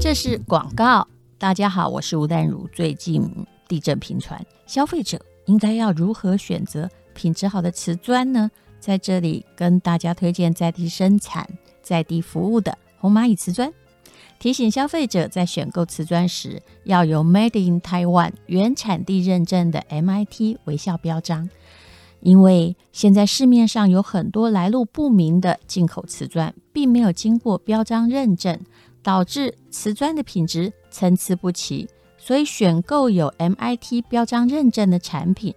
这是广告。大家好，我是吴淡如。最近地震频传，消费者应该要如何选择品质好的瓷砖呢？在这里跟大家推荐在地生产、在地服务的红蚂蚁瓷砖。提醒消费者在选购瓷砖时，要有 “Made in Taiwan” 原产地认证的 MIT 微笑标章，因为现在市面上有很多来路不明的进口瓷砖，并没有经过标章认证，导致瓷砖的品质参差不齐。所以，选购有 MIT 标章认证的产品，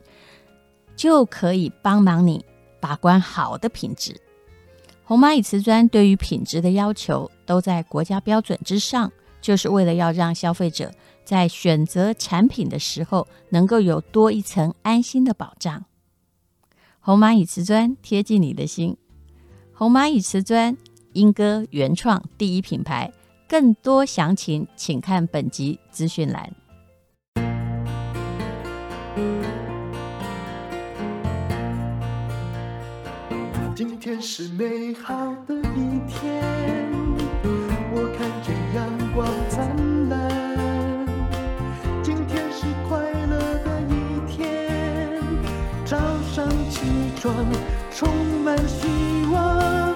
就可以帮忙你把关好的品质。红蚂蚁瓷砖对于品质的要求都在国家标准之上，就是为了要让消费者在选择产品的时候能够有多一层安心的保障。红蚂蚁瓷砖贴近你的心，红蚂蚁瓷砖英歌原创第一品牌，更多详情请看本集资讯栏。今天是美好的一天，我看见阳光灿烂。今天是快乐的一天，早上起床充满希望。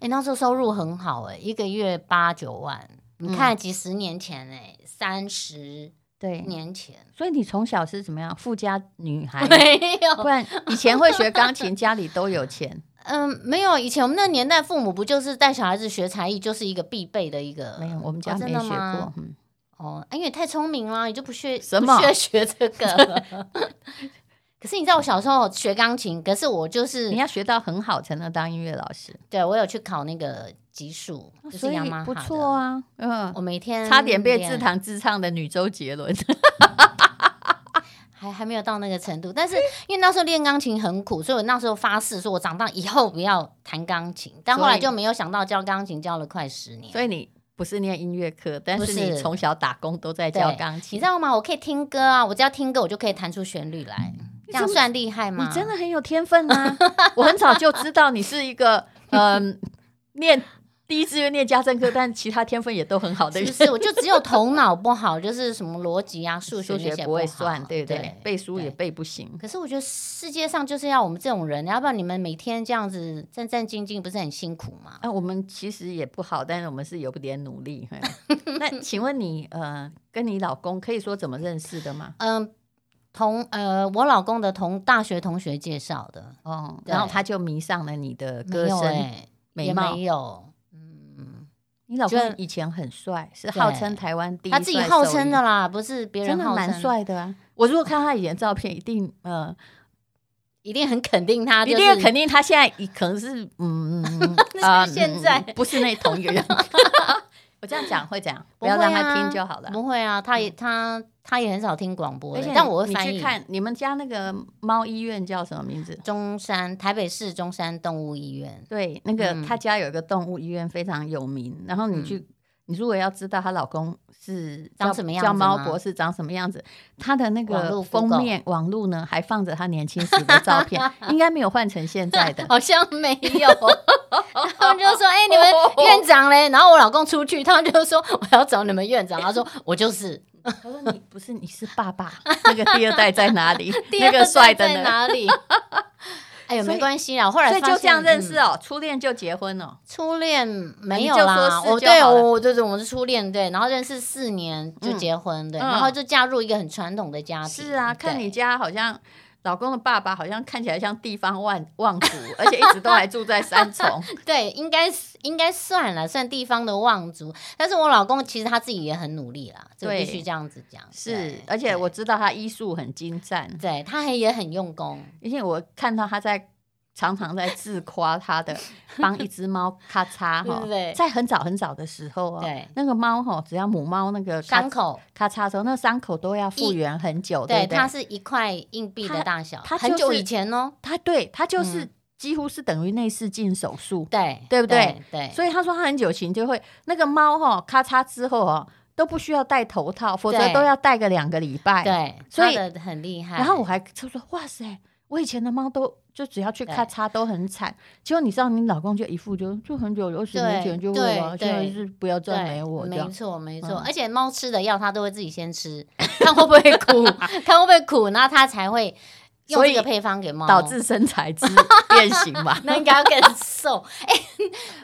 哎、那时候收入很好哎、一个月八九万。你看几十年前哎、三十对，年前所以你从小是怎么样富家女 孩？ 没不有，然以前会学钢 琴，家里都有钱。嗯，没有。以前我们那年代，父母不就是带小孩子学才艺，就是一个必备的一个。没有，我们家哦没真学的过。吗嗯，哦，啊因为你太聪明了，你就不学什么不屑学这 个了。可是你知道，我小时候学钢琴，可是我就是你要学到很好才能当音乐老师。对我有去考那个级数，就哦所是以雅马哈不的错。啊，嗯我，每天差点被练自弹自唱的女周杰伦， 还还没有到那个程度，但是因为那时候练钢琴很苦，所以我那时候发誓说，我长大以后不要弹钢琴。但所以后来就没有想到教钢琴，教了快十年。所以你不是念音乐课，但是不你是从小打工都在对教钢你琴知，道吗？我可以听歌啊，我只要听歌，我就可以弹出旋律来，嗯这样算厉害吗？你真的很有天分 啊！我很早就知道你是一个嗯、念第一志愿念家政科，但其他天分也都很好的是人不。是？我就只有头脑不好，就是什么逻 辑啊、数学数那学些不会好算，对不对？背书也。对背不行。可是我觉得世界上就是要我们这种人，要不然你们每天这样子战战兢兢，不是很辛苦吗？啊，我们其实也不好，但是我们是有点努力。 嘿那请问你呃，跟你老公可以说怎么认识的吗？嗯，同呃，我老公的同大学同学介绍的，哦，对然后他就迷上了你的歌没有声、欸美也貌。没有，嗯，你老觉得公以前很帅，是号称台湾第一，他自己号称的，啦，不是别真人的号称，蛮帅的啊。我如果看他以前照片，一定呃，一定很肯定他，一定要肯定。定他现在已可能是 嗯啊那是现在嗯不是那同一 个人。我这样讲会怎样？不会要啊让他听就好了。不会啊，他也他他也很少听广嗯播而且的你，但我会你翻去译。看你们家那个猫医院叫什么名字？中山台北市中山动物医 院，对，那个嗯他家有一个动物医院非常有名，然后你去，你如果要知道她老公是长叫什么样叫子猫吗博士长什么样子，他的那网个络封 Google。面网络呢还放着他年轻时的照片，应该没有换成现在的好像 没有。他们就说：“哎、你们 院长嘞？”然后我老公出去，他们就说：“我要找你们院长。”他说：“我就是。他说你不是你是爸爸，那个第二代在哪里？” 第那二个帅的在呢？哪里？ 哎呦，所以没关系啦。我后来所以发就这样现认嗯识哦，初恋就结婚哦。初恋没你有就啦，说是我就好对了我对对，我们是初恋对，然后认识四年就嗯结婚对，嗯然后就嫁入一个很传统的家庭。是啊，看你嗯对家好像老公的爸爸好像看起来像地方望望族，而且一直都还住在三重。对，应该是应该算了，算地方的望族。但是我老公其实他自己也很努力啦，这个对必须这样子讲。是对，而且我对知道他医术很精湛，对他还也很用功，因为我看到他在常常在自夸他 的帮一只猫咔嚓对哈不，对？在很早很早的时候啊对，那个猫哈，只要母猫那个咔伤口，咔嚓的时候，那伤口都要复一原很久，对对，不对？它是一块硬币的他大小，他很就久是以前哦，他对他就是、嗯几乎是等于内视镜手术，对对不对对？对，所以他说他很久前就会那个猫哈咔嚓之后哦都不需要戴头套，否则对都要戴个两个礼拜。对，所以他的很厉害。然后我还就说：“哇塞，我以前的猫都就只要去对咔嚓都很惨，结果你知道你老公就一副就就很久二十年前就会啊，对对现在是不要再对，没我这没样。错没错，嗯而且猫吃的药它都会自己先吃，看会不会苦， 看会不会苦，然后它才会用所这以个配方给猫， 导致身材 之变形 嘛？那应该要更瘦。 哎、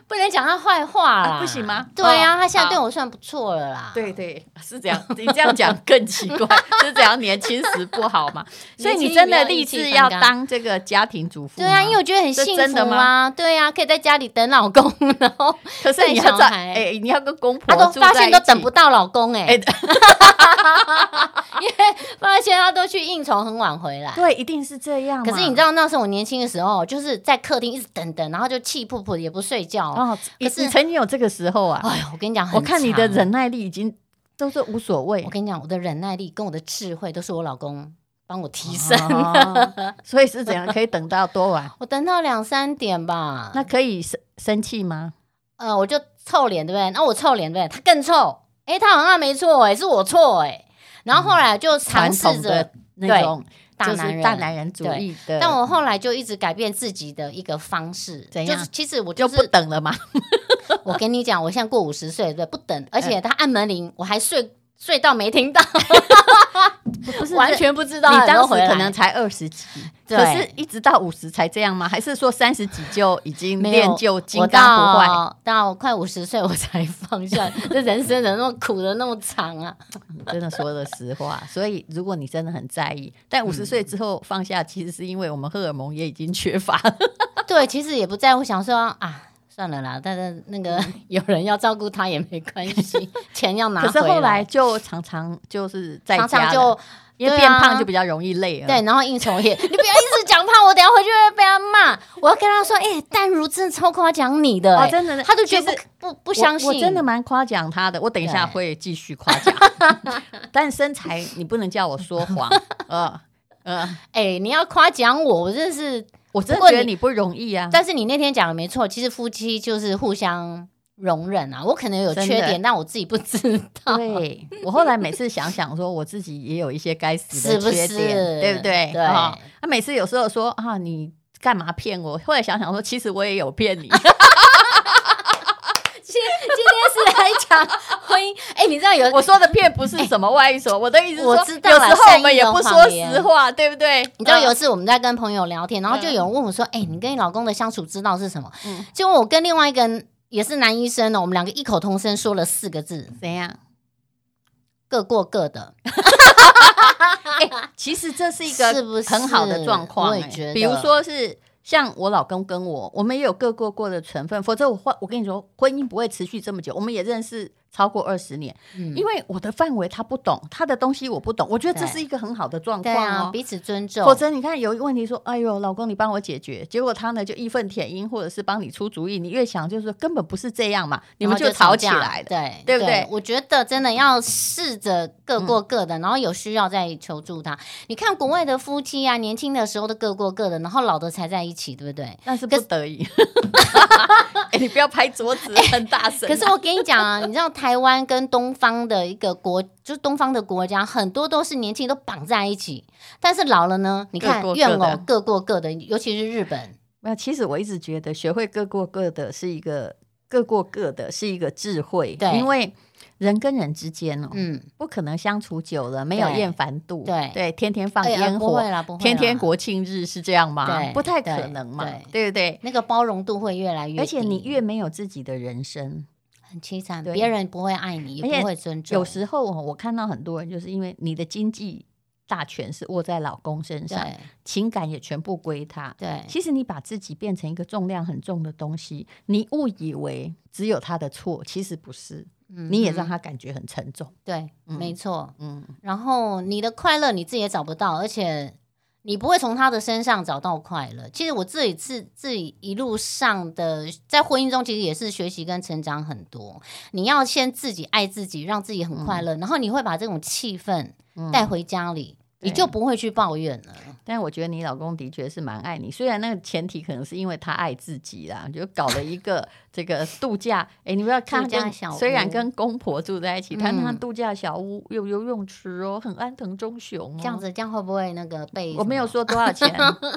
不能讲它坏话啦、啊不行吗对啊，哦它现在好对我算不错了啦。对 对，是这样。你这样讲更奇怪，是怎样年轻时不好嘛？ 所以年轻你真不的要立意气志风要刚当这个家庭主妇对吗。啊，因为我觉得很这幸真的福啊，对啊，可以在家里等老公，然 后可是你带要小在孩哎，你要跟公他婆都住发在现一都等起不到老公哎、哎 因为发现他都去应酬很晚回来。对，一定是这样嘛。可是你知道那时候我年轻的时候，就是在客厅一直等等，然后就气噗噗也不睡觉。哦，你可是你曾经有这个时候啊？哎呦，我跟你讲，很我看你的长忍，耐力已经都是无所谓我，跟你讲，我的忍耐力跟我的智慧都是我老公帮我提升。哦 所以是怎样可以等到多 晚？我等到两三点吧，那可以生生气吗？呃，我就臭脸，对不对？那我臭脸，对不对？他更臭，哎，他好像没错，哎，是我错，哎。然后后来就嗯传尝统试着的那种大就是男人，大男人主义的，但我后来就一直改变自己的一个方式，怎就样是其实我就就是不等了嘛。我跟你讲，我现在过五十岁，对不对，不等，而嗯且他按门铃，我还睡睡到没听到，不 是完。全不知你道他有没有当时回来。可能才二十几，对可是一直到五十才这样吗？还是说三十几就已经没有练就金我刚不坏？到到快五十岁我才 放下，这人生怎么那么苦的那么长啊？真的说了实话，所以如果你真的很在意，但五十岁之后放下，其实是因为我们荷尔蒙也已经缺乏了。对，其实也不在乎，想说啊。算了啦，但是那个 有人要照顾他也没关 系，钱要拿回嗯可是后来就常常就是在家常常了嗯就因为对变啊胖就比较容易累了。对，然后应酬也，你 不要一直讲胖，我等一下回去会被他骂。我要跟他说，哎、淡如真的超夸奖你的、哦哎真的他都觉其得实不不我不相信，我真的蛮夸奖他的。我等一下对会继续夸 奖，但身材你不能叫我说 谎，呃呃，哎、你要夸奖我，我真的是。我真的不过觉得你你不容易啊。但是你那天讲的没错，其实夫妻就是互相容忍啊。我可能有真缺的点，但我自己不知道，对我后来每次想想，说我自己也有一些该死是的不缺是？点，对不对？对，啊，他每次有时候说啊，你干嘛骗我？后来想想说，其实我也有骗 你。今今天是来讲婚姻，哎、你知道有我说的骗不是什么外衣说，我的意思是说，我知道有啦时候我善意们也的不谎说言实话，对不对？你知道有一嗯次我们在跟朋友聊天，然后就有人问我说：“哎、你跟你老公的相处之道是什么？”嗯结果我跟另外一个人也是男医生呢，哦我们两个异口同声说了四个字怎样？：“各过各的。啊其实这是一个是不是很好的状况、我也哎觉得比如说是像我老公跟我，我们也有各过过的成分，否则我婚我跟你说，婚姻不会持续这么久。我们也认识超过二十年，嗯因为我的范围他不懂，他的东西我不懂，我觉得这对是一个很好的状”对况啊哦，。彼此尊重否。则你看有一个问题说，哎呦，老公你帮我解决，结果他呢就义愤填膺，或者是帮你出主意，你越想就是说根本不是这样嘛，你们然后就吵起架来了。对对不对嗯我觉得真的要试着各过各的，然后有需要再求助他。你看国外的夫妻啊，年轻的时候都各过各的，然后老的才在一起，对不对？但是可不是得 已，哎，你不要拍桌 子，很大声啊。可是我跟你讲啊，你知道台湾跟东方的一个国，就是东方的国家，很多都是年轻都绑在一起，但是老了呢，你看各过各怨的偶各过各的，尤其是日本，没有，其实我一直觉得学会各过各的是一个各过各的是一个智慧，对因为人跟人之间哦，嗯，不可能相处久了没有对厌烦度，对天天放哎呀烟不火，会啦，不会啦，天天国庆日是这样吗对？不太可能嘛，啊对不对？那个包容度会越来越低，而且你越没有自己的人生，很凄惨，对别人不会爱你，而也且不会尊重，有时候哦我看到很多人就是因为你的经济大权是握在老公身上，对情感也全部归他，对其实你把自己变成一个重量很重的东西，你误以为只有他的错，其实不是，嗯你也让他感觉很沉重。对，嗯没错。嗯，然后你的快乐你自己也找不到，而且你不会从他的身上找到快乐。其实我自己自自己一路上的在婚姻中，其实也是学习跟成长很多。你要嗯先自己爱自己，让自己很快乐，然后你会把这种气氛带回家里。你对哦就不会去抱怨了。但我觉得你老公的确是蛮爱你，虽然那个前提可能是因为他爱自己啦，就搞了一 个这个度假。哎，你不要看度他假跟小虽然屋跟公婆住在一起，但他嗯度假小屋有游泳池哦，很安藤忠雄哦。这样子，这样会不会那个被我没有什说么多少 钱，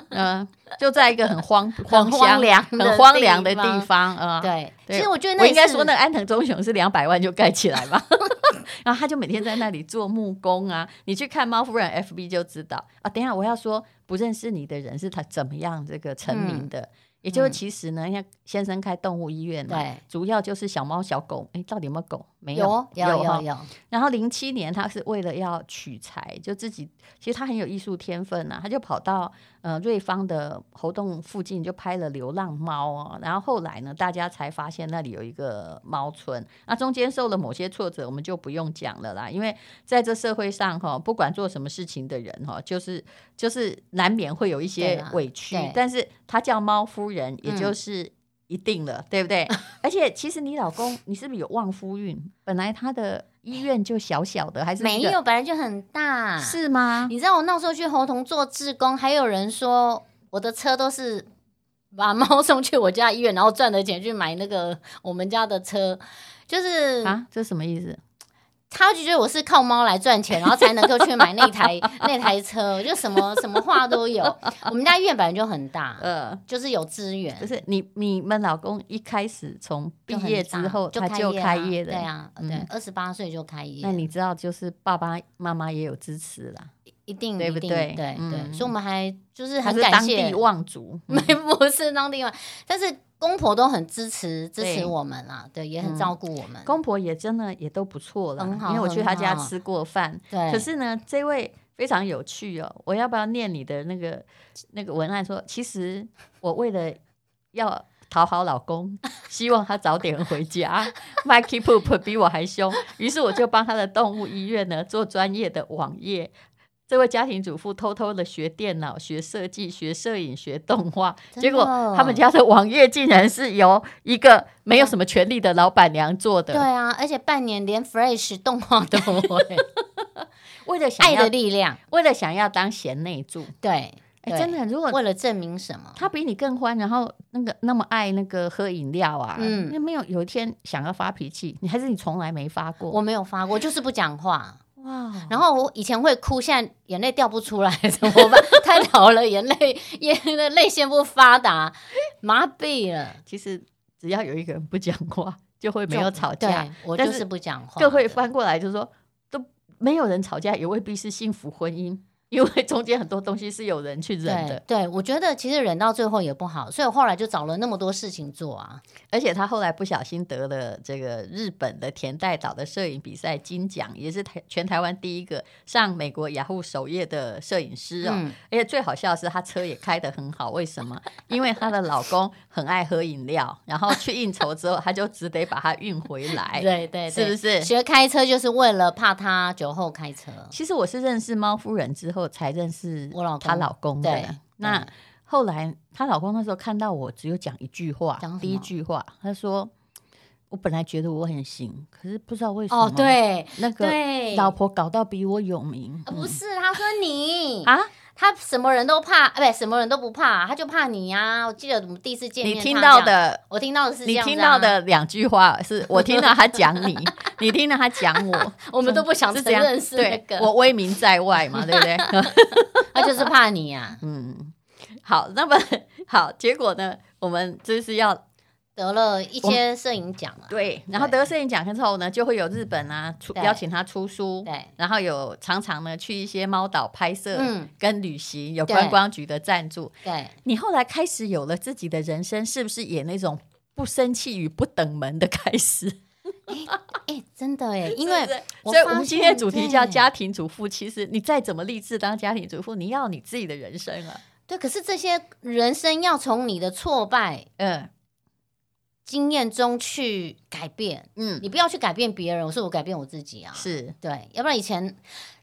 嗯，就在一个很荒很乡、荒凉的很荒凉的地地方啊。对，对其实我觉得我那也应该是说，那个安藤忠雄是两百万就盖起 来吧， 然后他就每天在那里做木工啊。你去看猫夫人 FB 就知道啊。等一下我要说，不认识你的人是他怎么样这个成嗯名的，也就是其实呢，像先生开动物医院嘛，对主要就是小猫小狗。哎，到底有没有狗？没有有有哈有有，然后零七年，他是为了要取材，就自己其实他很有艺术天分啊呐、他就跑到呃瑞芳的猴洞附近就拍了流浪猫哦。然后后来呢，大家才发现那里有一个猫村。那中间受了某些挫折，我们就不用讲了啦，因为在这社会上哈、不管做什么事情的人哈、就是就是难免会有一对些啦委屈对，啊但是他叫猫夫人，也嗯就是。一定了，对不对？而且其实你老公，你是不是有旺夫运？本来他的医院就小小的，还是没一个有，本来就很大。，是吗？你知道我那时候去猴童做志工，还有人说我的车都是把猫 送去我家医院，然后赚的钱去买那个我们家的车，就是啊，这什么意思？他就觉得我是靠猫来赚钱，然后才能够去买 那台那台车，就什么什么话都有。我们家医院本来就很大， 呃，就是有资源就，是你你们老公一开始从毕就很业大之后就他就开开业了，了，对啊，对嗯，二十八岁就开业，那你知道就是爸爸妈妈也有支持啦，一定对不一定对对对嗯所以我们还就是他很是感当谢地，望族， 嗯没不是当地嘛，但是公婆都很支持支持对我们啦，对，也很嗯照顾我们，公婆也真的也都不错啦，很好因为我去他家很好吃过饭，对，可是呢，这位非常有趣哦，我要不要念你的那个那个文案说？其实我为了要讨好老公，希望他早点回家。Mikey Poop 比我还凶，于是我就帮他的动物医院呢做专业的网页。这位家庭主妇偷偷的学电脑、学设计、学摄影、学动画，真的结果他们家的网页竟然是由一个没有什么权利的老板娘做对的。啊，而且半年连 Fresh 动 画都会，为了想爱要的，力量，为了想要当贤内助，对，哎，对真的，如果为了证明什么？他比你更欢，然后那个那么爱那个喝饮料啊，嗯那没有有一天想要发脾气，你还是你从来没发过，我没有发过，就是不讲话。哇，然后我以前会哭，现在眼泪掉不出来， 怎么办？太老了，眼泪眼泪泪腺不发达，麻痹了，其实只要有一个人不讲话，就会没有吵架对，我但就是是不讲话的，更会翻过来就说都没有人吵架，也未必是幸福婚姻， 因为中间很多东西是有人去忍对的，对，我觉得其实忍到最后也不好，所以我后来就找了那么多事情做啊。而且他后来不小心得了这个日本的田代岛的摄影比赛金奖，也是台全台湾第一个上美国雅虎首页的摄影师哦。嗯，而且最好笑的是，她车也开得很好，为什么？因为她的老公很爱喝饮料，然后去应酬之后，她就只得把它运回来。对对，对哎是不是学开车就是为了怕他酒后开车？其实我是认识猫夫人之后才认识我老公她老公对的。那对后来她老公那时候看到我，只有讲一句话讲什么，第一句话，他说：“我本来觉得我很行，可是不知道为什么，哦，对那个对，老婆搞到比我有名。啊不嗯是，他说 你啊，他什么人都怕，哎，不，什么人都不怕，他就怕你呀、我记得我们第一次见面，你听到他这样，的我听到的是这你样、啊，听到，的两句话是我听到他讲你， 你听到他讲 我，我们都不想是承这样认是那对个，我威名在外嘛，对不对？ 他就是怕你啊呀、嗯，好，那么好，结果呢，我们就是要得了一些摄影奖啊，对，然后得摄影奖之后呢，就会有日本啊出对邀请他出书，对然后有常常呢去一些猫岛拍摄。嗯，跟旅行有对观光局的赞助， 对，你后来开始有了自己的人生，是不是也那种不生气与不等门的开始？哎，真的 哎，是因不为是我所以我发们今现天的主题叫对家庭主妇。其实你再怎么励志当家庭主妇，你要有你自己的人生啊。对，可是这些人生要从你的挫败嗯经验中去改变，嗯，你不要去改变别人，我说我改变我自己啊，是，对，要不然以前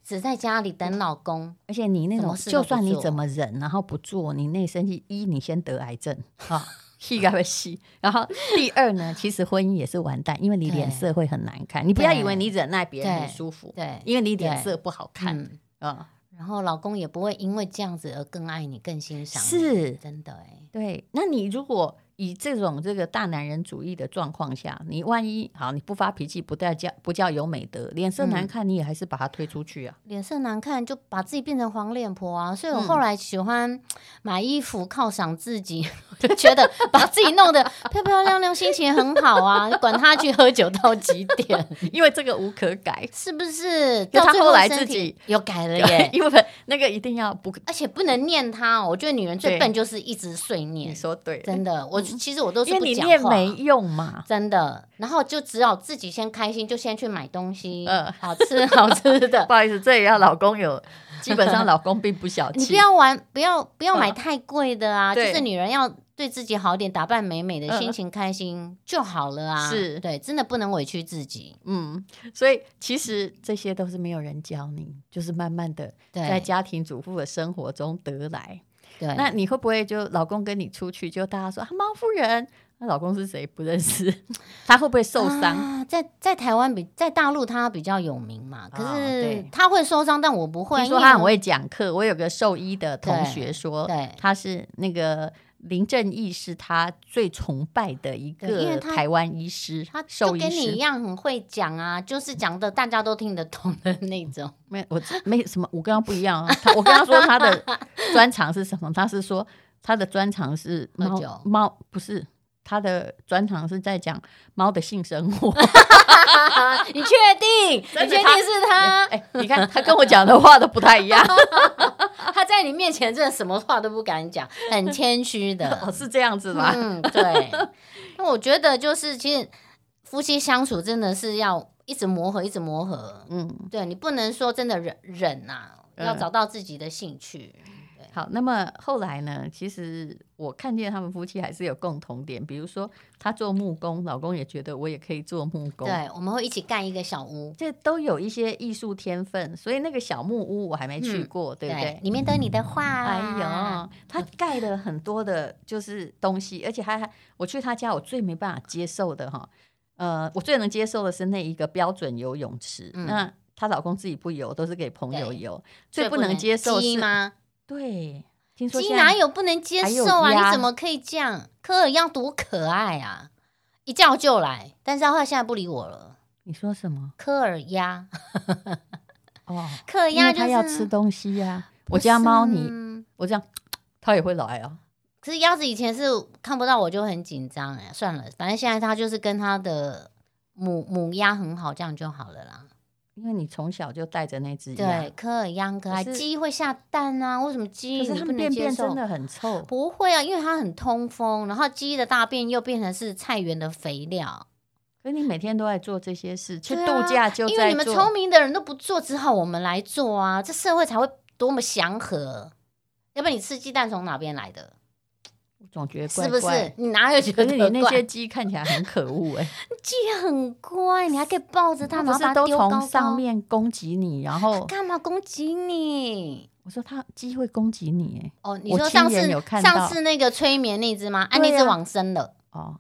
只在家里等老公，而且你那什种么事都就算不你做怎么忍，然后不做，你内生气一，你先得癌 症啊。气该会吸，然后第二呢，其实婚姻也是完蛋，因为你对脸色会很难看。你不要以为你忍耐别人对很舒服，对因为你脸对色不好看嗯。啊。然后老公也不会因为这样子而更爱你、更欣赏你，是真的哎、对，那你如果以这种这个大男人主义的状况下，你万一好你不发脾气，不带叫不叫有美德，脸色嗯难看，你也还是把他推出去啊。 脸色难看就把自己变成黄脸婆啊！所以我嗯后来喜欢买衣服犒赏自己，我就觉得把自己弄得 漂漂亮亮，心情也很好啊！管他去喝酒到几点， 因为这个无可改。是不是？那到他最后后来身自体己有改了耶， 因为那个一定要不，而且不能念他、哦。我觉得女人最对笨就是一直碎念你，说对，真的。我其实我都是因为不你讲念话没用 嘛。真的，然后就只好自己先开心，就先去买东西，嗯好吃 好吃 的不。好意思，这也要老公有，基本 上老公并不小气。你不要玩，不要不要嗯买太贵的啊！就对是女人要对自己好一点，打扮美美的，嗯心情开心就好了啊！是对，真的不能委屈自己。嗯，所以其实这些都是没有人教你，就是慢慢的对在家庭主妇的生活中得来。对，那你会不会就老公跟你出去，就大家说啊猫夫人，那老公是谁不认 识，他会不会受伤？啊在在台湾比在大陆他比较有名嘛，可啊是对他会受伤，但我不会。听说因为他很会讲课，我有个兽医的同学说，对他是那个林正义是他最崇拜的一对因为个他台湾医师，他就兽医跟你师一样很会讲啊，就是讲的大家都听得懂的那 种。没，我知没什么，我跟他不一样啊。 他我跟他说他的专长是什么，他是说他的专长是喝猫酒猫不是他的专长是在讲猫的性生活。你确定？真你的确定他是 他？哎，你看他跟我讲的话都不太一样，他在你面前真的什么话都不敢讲，很谦虚 哦，的。是这样子吗？嗯，对。那我觉得就是，其实夫妻相处真的是要一直磨合，一直磨合。嗯，对你不能说真的忍忍啊，嗯要找到自己的兴趣。好。那么后来呢？其实我看见他们夫妻还是有共同点，比如说他做木工，老公也觉得我也可以做木工。对，我们会一起盖一个小屋，这都有一些艺术天分，所以那个小木屋我还没去嗯过，对不对？里面都有你的啊画。哎呦，他盖了很多的，就是东西，而且他还我去他家，我最没办法接受的哈，呃，我最能接受的是那一个标准游泳池，嗯那她老公自己不游，都是给朋友对游，最最不能接受鸡是，吗？对，听说鸡现在哪有不能接还有受啊？鸭你怎么可以这样？科尔要多可爱啊！一叫就来，但是他现在不理我了。你说什么科尔鸭， 哦？科尔因鸭为就是它要吃东西呀、不我家是猫你嗯我这样，它也会来啊。可是鸭子以前是看不到我就很紧张哎，算了，反正现在它就是跟它的母母鸭很好，这样就好了啦。因为你从小就带着那只鸭对，，科尔鸭很可爱，可是鸡会下蛋啊？为什么鸡可是你它不们能便接便受真？的很臭，不会啊，因为它很通风，然后鸡的大便又变成是菜园的肥料。可是你每天都在做这些事，去对度啊假就因在为做。你们聪明的人都不做，只好我们来做啊，这社会才会多么祥和。要不然你吃鸡蛋从哪边来的？总觉得怪是不怪 是？你哪有觉可得是你那怪些鸡看起来很可恶 哎、鸡很乖，你还可以抱着它它，然不后把是它都丢高从高上面攻击你，然 后干嘛攻击你？我说它鸡会攻击你哎、哦，你我说亲上眼次有看到上次那个催眠那只吗？啊，对那啊只往生了， 哦，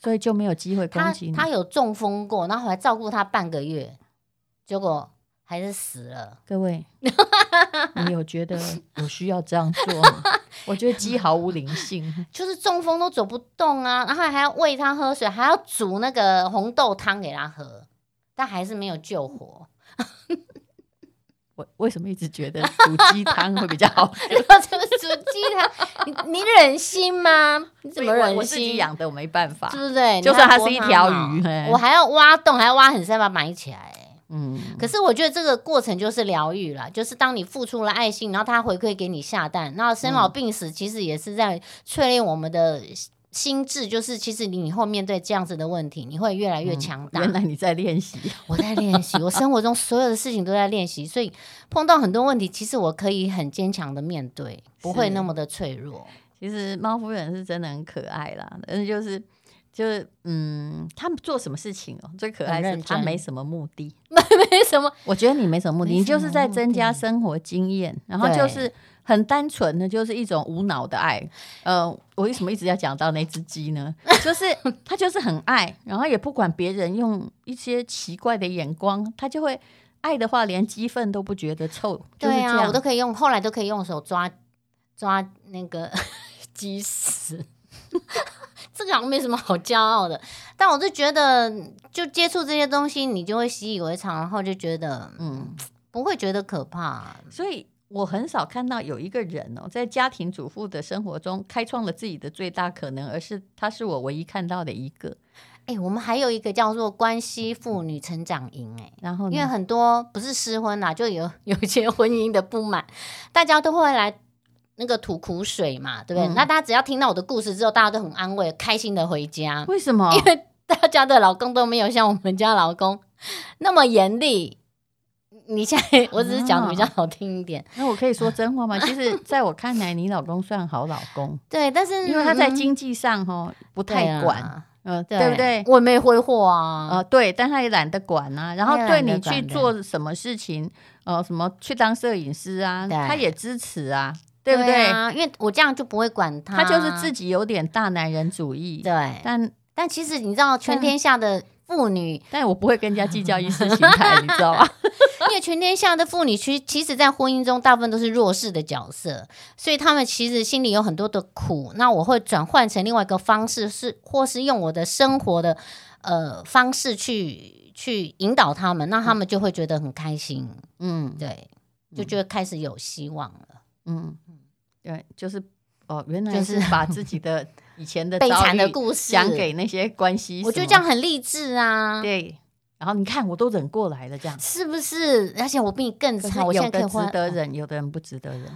所以就没有机会攻它击你。它有中风过，然后我还照顾它半个月，结果还是死了。各 位，你有觉得有需要这样做 吗？我觉得鸡毫无灵性，就是中风都走不动啊，然后还要喂它喝水，还要煮那个红豆汤给它喝，但还是没有救活。 我为什么一直觉得煮鸡汤会比较好？然后这个煮鸡它，你你忍心吗？你 怎么我忍心？我自己养的，我没办法。对不对？就你还算它剥是一条鱼它嘿我还要挖洞，还要挖很深把它埋起来。嗯，可是我觉得这个过程就是疗愈啦，就是当你付出了爱心，然后它回馈给你下蛋，然后生嗯老病死，其实也是在淬炼我们的心智，就是其实你以后面对这样子的问题，你会越来越嗯强大。原来你在练习，我在练习，我生活中所有的事情都在练习，所以碰到很多问题，其实我可以很坚强的面对，不会是那么的 脆弱。其实猫夫人是真的很可爱啦，但是就是就是嗯，他们做什么事情哦，最可爱很是认他真没什么目的。为什么？我觉得你没什么目的，没你什么就是在增目加的生活经验，然后对就是很单纯的，就是一种无脑的爱。呃，我为什么一直要讲到那只鸡呢？ 就是他就是很爱，然后也不管别人用一些奇怪的眼光，他就会爱的话，连鸡粪都不觉得臭，就是对这啊，样。我都可以用，后来都可以用手抓抓那个 鸡屎， 这个好像没什么好骄傲的。但我就觉得，就接触这些东西，你就会习以为常，然后就觉得嗯，不会觉得可怕。啊所以我很少看到有一个人哦，在家庭主妇的生活中开创了自己的最大可能，而是他是我唯一看到的一个。哎、我们还有一个叫做关系妇女成长营、哎诶。然后呢因为很多不是失婚啦，就有 有一些婚姻的不满，大家都会来那个吐苦水嘛，对不对？嗯那大家只要听到我的故事之后，大家都很安慰，开心的回家。 为什么？因为大家的老公都没有像我们家老公 那么严厉。你现在我只是讲的比较好听一点，那我可以说真话吗？其 实，在我看来，你老公算好老公，对，但是因为他在嗯经济上哦不对太啊管，呃，对对不对？我也没挥霍啊，呃，对，但他也懒得管啊。然后他也对懒得你去管的做什么事情，呃，什么去当摄影师啊，对他也支持啊，对不对？啊？因为我这样就不会管他，他就是自己有点大男人主义，对。但但其实你知道，全但天下的妇女，但我不会跟人家计较意识形态，你知道 吧？因为全天下的妇女其其实，在婚姻中大部分都是弱势的角色，所以她们其实心里有很多的苦。那我会转换成另外一个方式，是或是用我的生活的呃方式去去引导她们，那她们就会觉得很开心，嗯对，就觉得开始有希望了。嗯，对，就是哦，原来就是是把自己的以前的 悲遭惨的遇故事讲给那些关系，我觉得这样很励志啊，对。然后你看，我都忍过来了，这样。是不是？而且我比你更可是惨，我现有在可的以值换，嗯得忍，有的人不值得忍，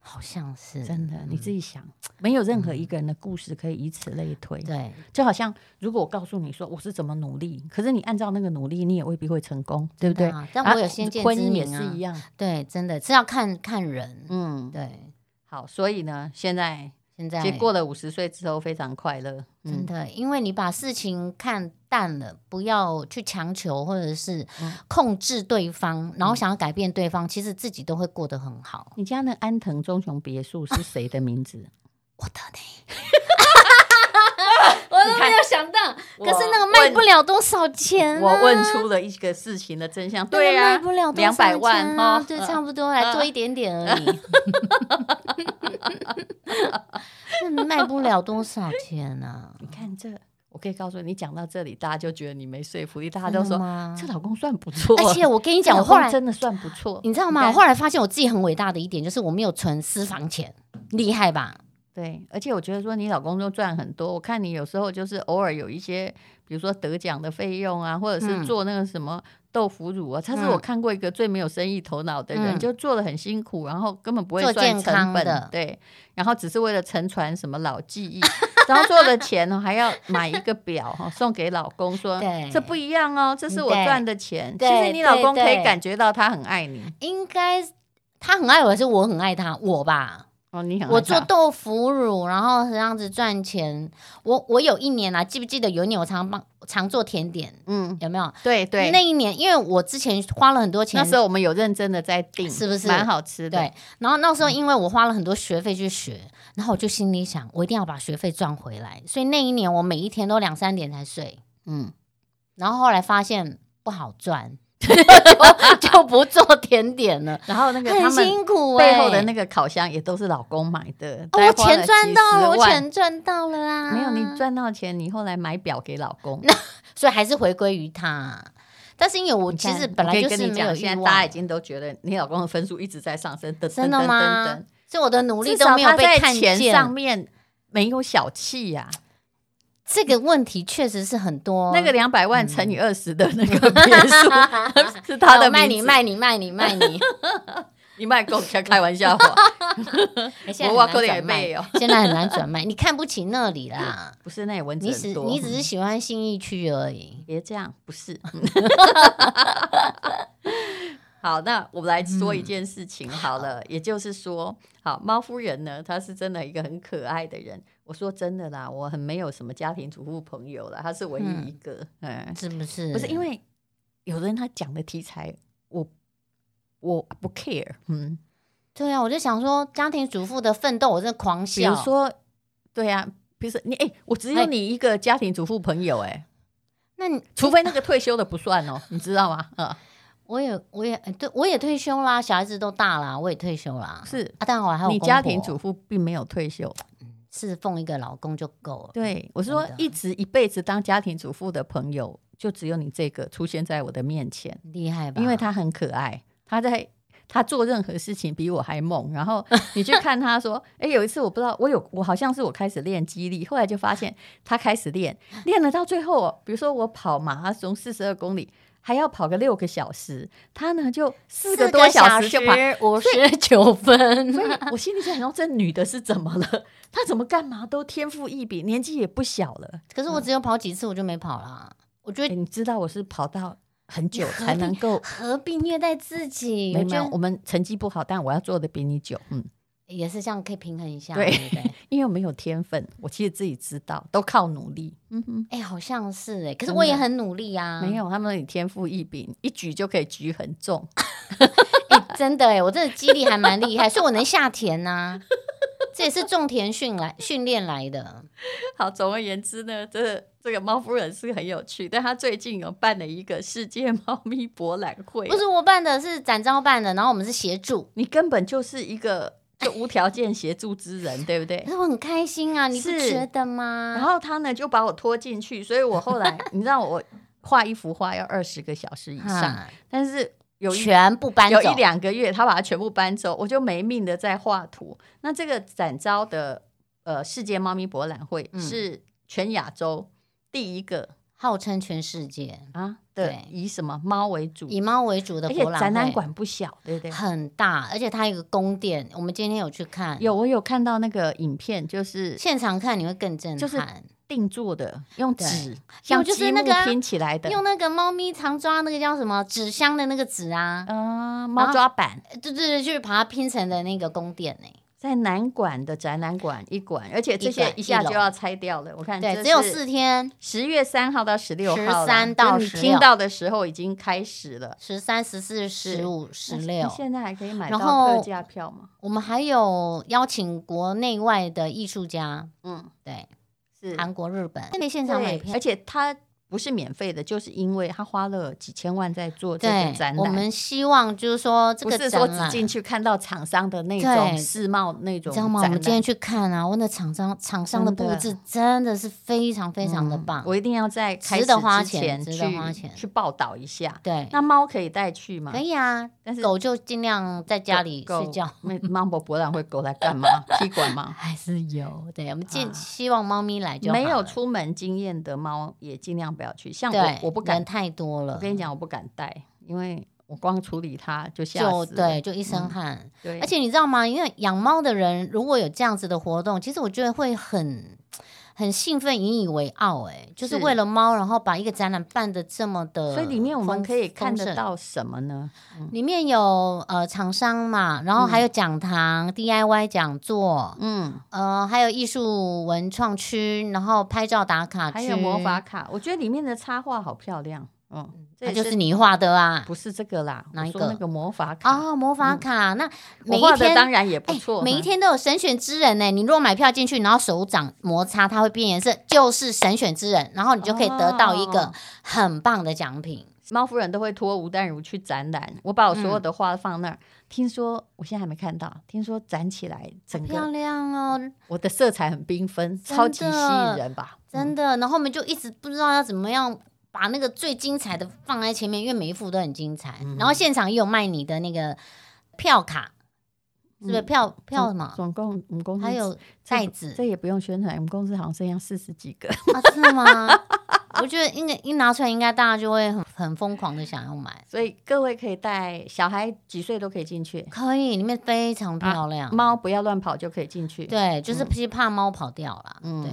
好像是真的，你自己想，嗯没有任何一个人的故事可以以此类推。对，就好像如果我告诉你说我是怎么努力，可是你按照那个努力，你也未必会成功，对不对？真的啊但啊我有先见婚之姻也明是啊一样，对，真的是要看看人，嗯，对。好，所以呢，现在现在其实过了五十岁之后非常快乐，真嗯，的，因为你把事情看淡了，不要去强求或者是嗯控制对方，然后想要改变对方，其实自己都会过得很好。你家那安藤忠雄别墅是谁的名字？ 我的呢？我都没有想到，我可是那个卖不了多少钱、啊。我问出了一个事情的真相，那个对啊卖呀、不了多少两百万钱哈、啊，对，呃差不多来做一点点而已。 那卖不了多少 钱啊？你看这，我可以告诉你，你讲到这里，大家就觉得你没说服力，大家真都的说吗这老公算不错，而且我跟你这讲，我老后公来真的算不错，你知道吗？我后来发现我自己很伟大的一点就是我没有存私房钱，厉害吧？对，而且我觉得说你老公都赚很多，我看你有时候就是偶尔有一些，比如说得奖的费用啊，或者是嗯做那个什么豆腐乳啊，他是嗯我看过一个最没有生意头脑的人，嗯就做的很辛苦，然后根本不会做算健成康本的，对，然后只是为了沉传什么老技艺，然后做了钱呢、还要买一个表哈、送给老公说对，这不一样哦，这是我对赚的钱，其对实你老对公可以对感觉到他很爱你应该他很爱我，还是我很爱他？我吧，哦，你很爱我做他豆腐乳，然后这样子赚钱。我我有一年啊，记不记得有一年我常帮常做甜点，嗯，有没有？对对，那一年因为我之前花了很多钱那时，候我们有认真的在订，是不是蛮好吃的？对，然后那时候因为我花了很多学费去学，然后我就心里想，我一定要把学费赚回来，所以那一年我每一天都两三点才睡。嗯，然后后来发现不好赚， 就就不做甜点了，然后那个他很们辛苦、欸。背后的那个烤箱也都是老公买的，哦、大我概花了钱赚到了， 70我万钱赚到了啊啦。没有你，赚到钱，你后来买表给老 公。所以还是回归于他。但是因为我你其看实本来我可以就跟是你没有讲，欲现在大家已望，经都觉得你老公的分数一直在上升，噔噔真的噔吗噔噔，所以我的努力至都少没有他被在看钱上见。面没有小气呀、这个问题确实是很多。那个两百嗯万乘以二十的那个别 墅是他哎的我卖名你字，卖你卖你卖 你，你卖够，开开玩笑话， 哎现在我挖很口难袋也卖转卖哦，现在很难转卖，你看不起那 里啦。不是那也蚊子你只很多，你只是喜欢新义区而已。别这样，不是。好，那我们来说一件事情好了，也就是说，好，猫夫人呢，她是真的一个很可爱的人。我说真的啦，我很没有什么家庭主妇朋友啦，她是唯一一个，嗯，是不是？不是因为有的人他讲的题材，我我不 care，嗯，对啊，我就想说，家庭主妇的奋斗，我真的狂比如笑。说，对呀、比如说你，哎、我只有哎你一个家庭主妇朋友、哎，那你 除非那个退休的不算哦，你知道吗？嗯，我也我也哎对我也退休啦，小孩子都大啦，我也退休啦。是啊，但我还有你公家庭婆主妇并没有退休，侍奉一个老公就够了。对我是说真，的啊一直一辈子当家庭主妇的朋友，就只有你这个出现在我的面前。厉害吧？因为他很可爱，他在他做任何事情比我还猛。然后你去看他说， 哎、有一次我不知道，我有我好像是我开始练肌力，后来就发现他开始练，练了到最后哦，比如说我跑马拉松四十二公里，还要跑个六个小时，他呢就四个多小时就跑。五十九分，所以 我心里在想说，这女的是怎么了？她怎么干嘛都天赋异禀，年纪也不小了。可是我只有跑几次，我就没跑啦。我觉哎、得你知道我是跑到很久才能够，何必虐待自己？没我有没觉有，得我们成绩不好，但我要做的比你久。嗯，也是这样，可以平衡一下，对对不对？因为我没有天分，我其实自己知道，都靠努力。嗯哼，哎，好像是哎，可是真我也的很努力啊，没有他们，你天赋异禀，一举就可以举很重。 哎，真的哎，我真的肌力还蛮厉害，所以我能下田呐，这也是种田训来训练来的。好，总而言之呢，这这个猫夫人是很有趣，但她最近有办了一个世界猫咪博览会，不是我办的，是展昭办的，然后我们是协助。你根本就是一个就无条件协助之人，对不对可？是我很开心啊，你不是觉得吗？然后他呢就把我拖进去，所以我后来你知道我画一幅画要二十个小时以上，哈但是有一全部搬有走，一两个月，他把它全部搬走，我就没命的在画图。那这个展昭的呃世界猫咪博览会嗯是全亚洲第一个、号称全世界啊的对，以什么猫为主，以猫为主的而且博览会展览馆不小，对不对？很大，而且它有一个宫殿，我们今天有去看，有我有看到那个影片，就是现场看你会更震撼，就是定做的，用纸因为像就是积那木个啊拼起来的用那个猫咪常抓那个叫什么纸箱的那个纸啊，啊然猫后抓板，对对对，就是把它拼成的那个宫殿欸呢、在南馆的展览馆一馆，而且这一些馆一下一就楼要拆掉了。我看对，这只有是四天，十月三号到十六号啦， 13到就是你16听到的时候已经开始了。十三、十四、十五、十六那。现在还可以买然到后特价票吗？我们还有邀请国内外的艺术家，嗯，对，是韩国、日本，可以现场买对，票而。且它不是免费的，就是因为他花了几千万在做这对个展，我览。们希望就是说这不个是说展只览，进去看到厂商的那种对世贸那你种知展道览，吗？我们今天去看啊，我那厂商厂商的真布的置真的是非常非常的嗯棒。我一定要在开值始得花之前钱值得花去钱去报道一下。对，那猫可以带去吗？可以啊，但是狗就尽量在家里狗睡觉。。那猫博博览会狗来干嘛？踢馆吗？还是有，对我们尽啊希望猫咪来 就好没有了出门经验的猫也尽量不要去。像我对，，我不人敢，太多了。我跟你讲，我不敢带，因为我光处理它就吓就死嗯了。对，就一身汗。对，而且你知道吗？因为养猫的人如果有这样子的活动，其实我觉得会很很兴奋，引以为傲。哎，就是是为了猫，然后把一个展览办的这么的所丰，以里面我们可以看丰得盛。到什么呢？里面有呃厂商嘛，然后还有讲堂、DIY 讲座，嗯，呃，还有艺术文创区，然后拍照打卡区，还有魔法，卡，我觉得里面的插画好漂亮。嗯，这那也就是你画的啊。不是这个啦？哪我一说个那个魔法卡，嗯哦，魔法卡，那每我一画的天当然也不哎错。每一嗯天都有神选之人呢。你若买票进去，然后手掌摩擦，它会变颜色，就是神选之人，然后你就可以得到一哦个很棒的奖品。猫夫人都会托吴淡如去展览，我把我所有嗯的画放那儿。听说我现在还没看到，听说展起来整漂个亮哦，我的色彩很缤纷，真的超级吸引人吧？真嗯的。然后我们就一直不知道要怎么样。把那个最精彩的放在前面，因为每一幅都很精彩。然后现场也有卖你的那个票卡，是不是嗯票票什总么？总共我们公司还有这袋不子这也不用宣传，我们公司好像剩下四十几个。 啊？是吗？ 我觉得应该一拿出来，应该大家就会很很疯狂的想要买。所以各位可以带小孩，几岁都可以进去。可以，里面非常啊漂亮。猫不要乱跑就可以进去。，嗯对，就是嗯是怕猫跑掉啦。嗯对，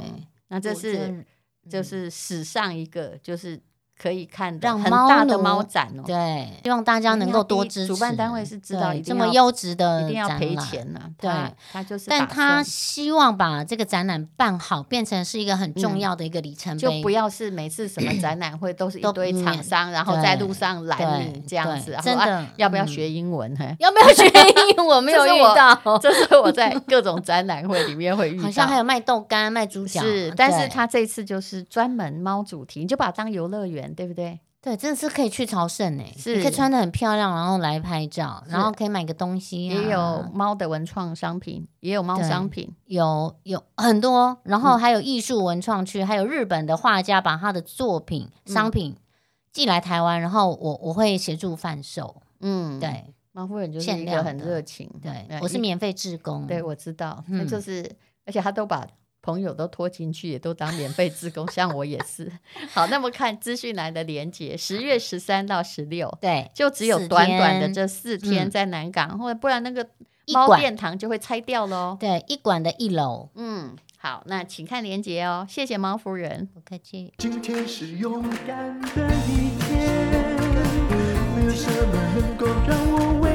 那这我觉是得就是史上一个就是可以看的让很猫大的奴猫展哦。对，希望大家能够多支持。主办单位是知道对一定这要么优质的一定要展赔览，钱呢、对他他就是把但它，他希望把这个展览办好，变成是一个很重嗯要的一个里程就碑。不要是每次什么展览会都是一都堆嗯厂商，然后在路上拦对你这样子，对然后真啊的要不要嗯，学英文？嘿要不要学英文？我没 有这是遇我 到，这是我在各种展览会里面会遇到。好像还有卖豆干、卖猪脚，啊是，但是对他这次就是专门猫主题，你就把它当游乐园，对不对？对，真的是可以去朝圣诶，是你可以穿的很漂亮，然后来拍照，是然后可以买个东西、啊，也有猫的文创商品，也有猫对商品，有有很多，然嗯后还有艺术文创区，还有日本的画家把他的作品、嗯商品寄来台湾，然后我我会协助贩售。嗯，，对猫夫人就是限一个量很的热情，对对，我是一免费志工。对，我知道，那就嗯是，而且他都把朋友都拖进去，也都当免费志工，像我也是。 好，那么看资讯栏的连接，十月十三到十六，对，就只有四短短的天这四天嗯在南港，或者不然那个一猫馆殿堂就会拆掉喽。对一馆的一楼，嗯，好，那请看连接哦，谢谢猫夫人。不客气。今天是勇敢的一天，没有什么能够让我为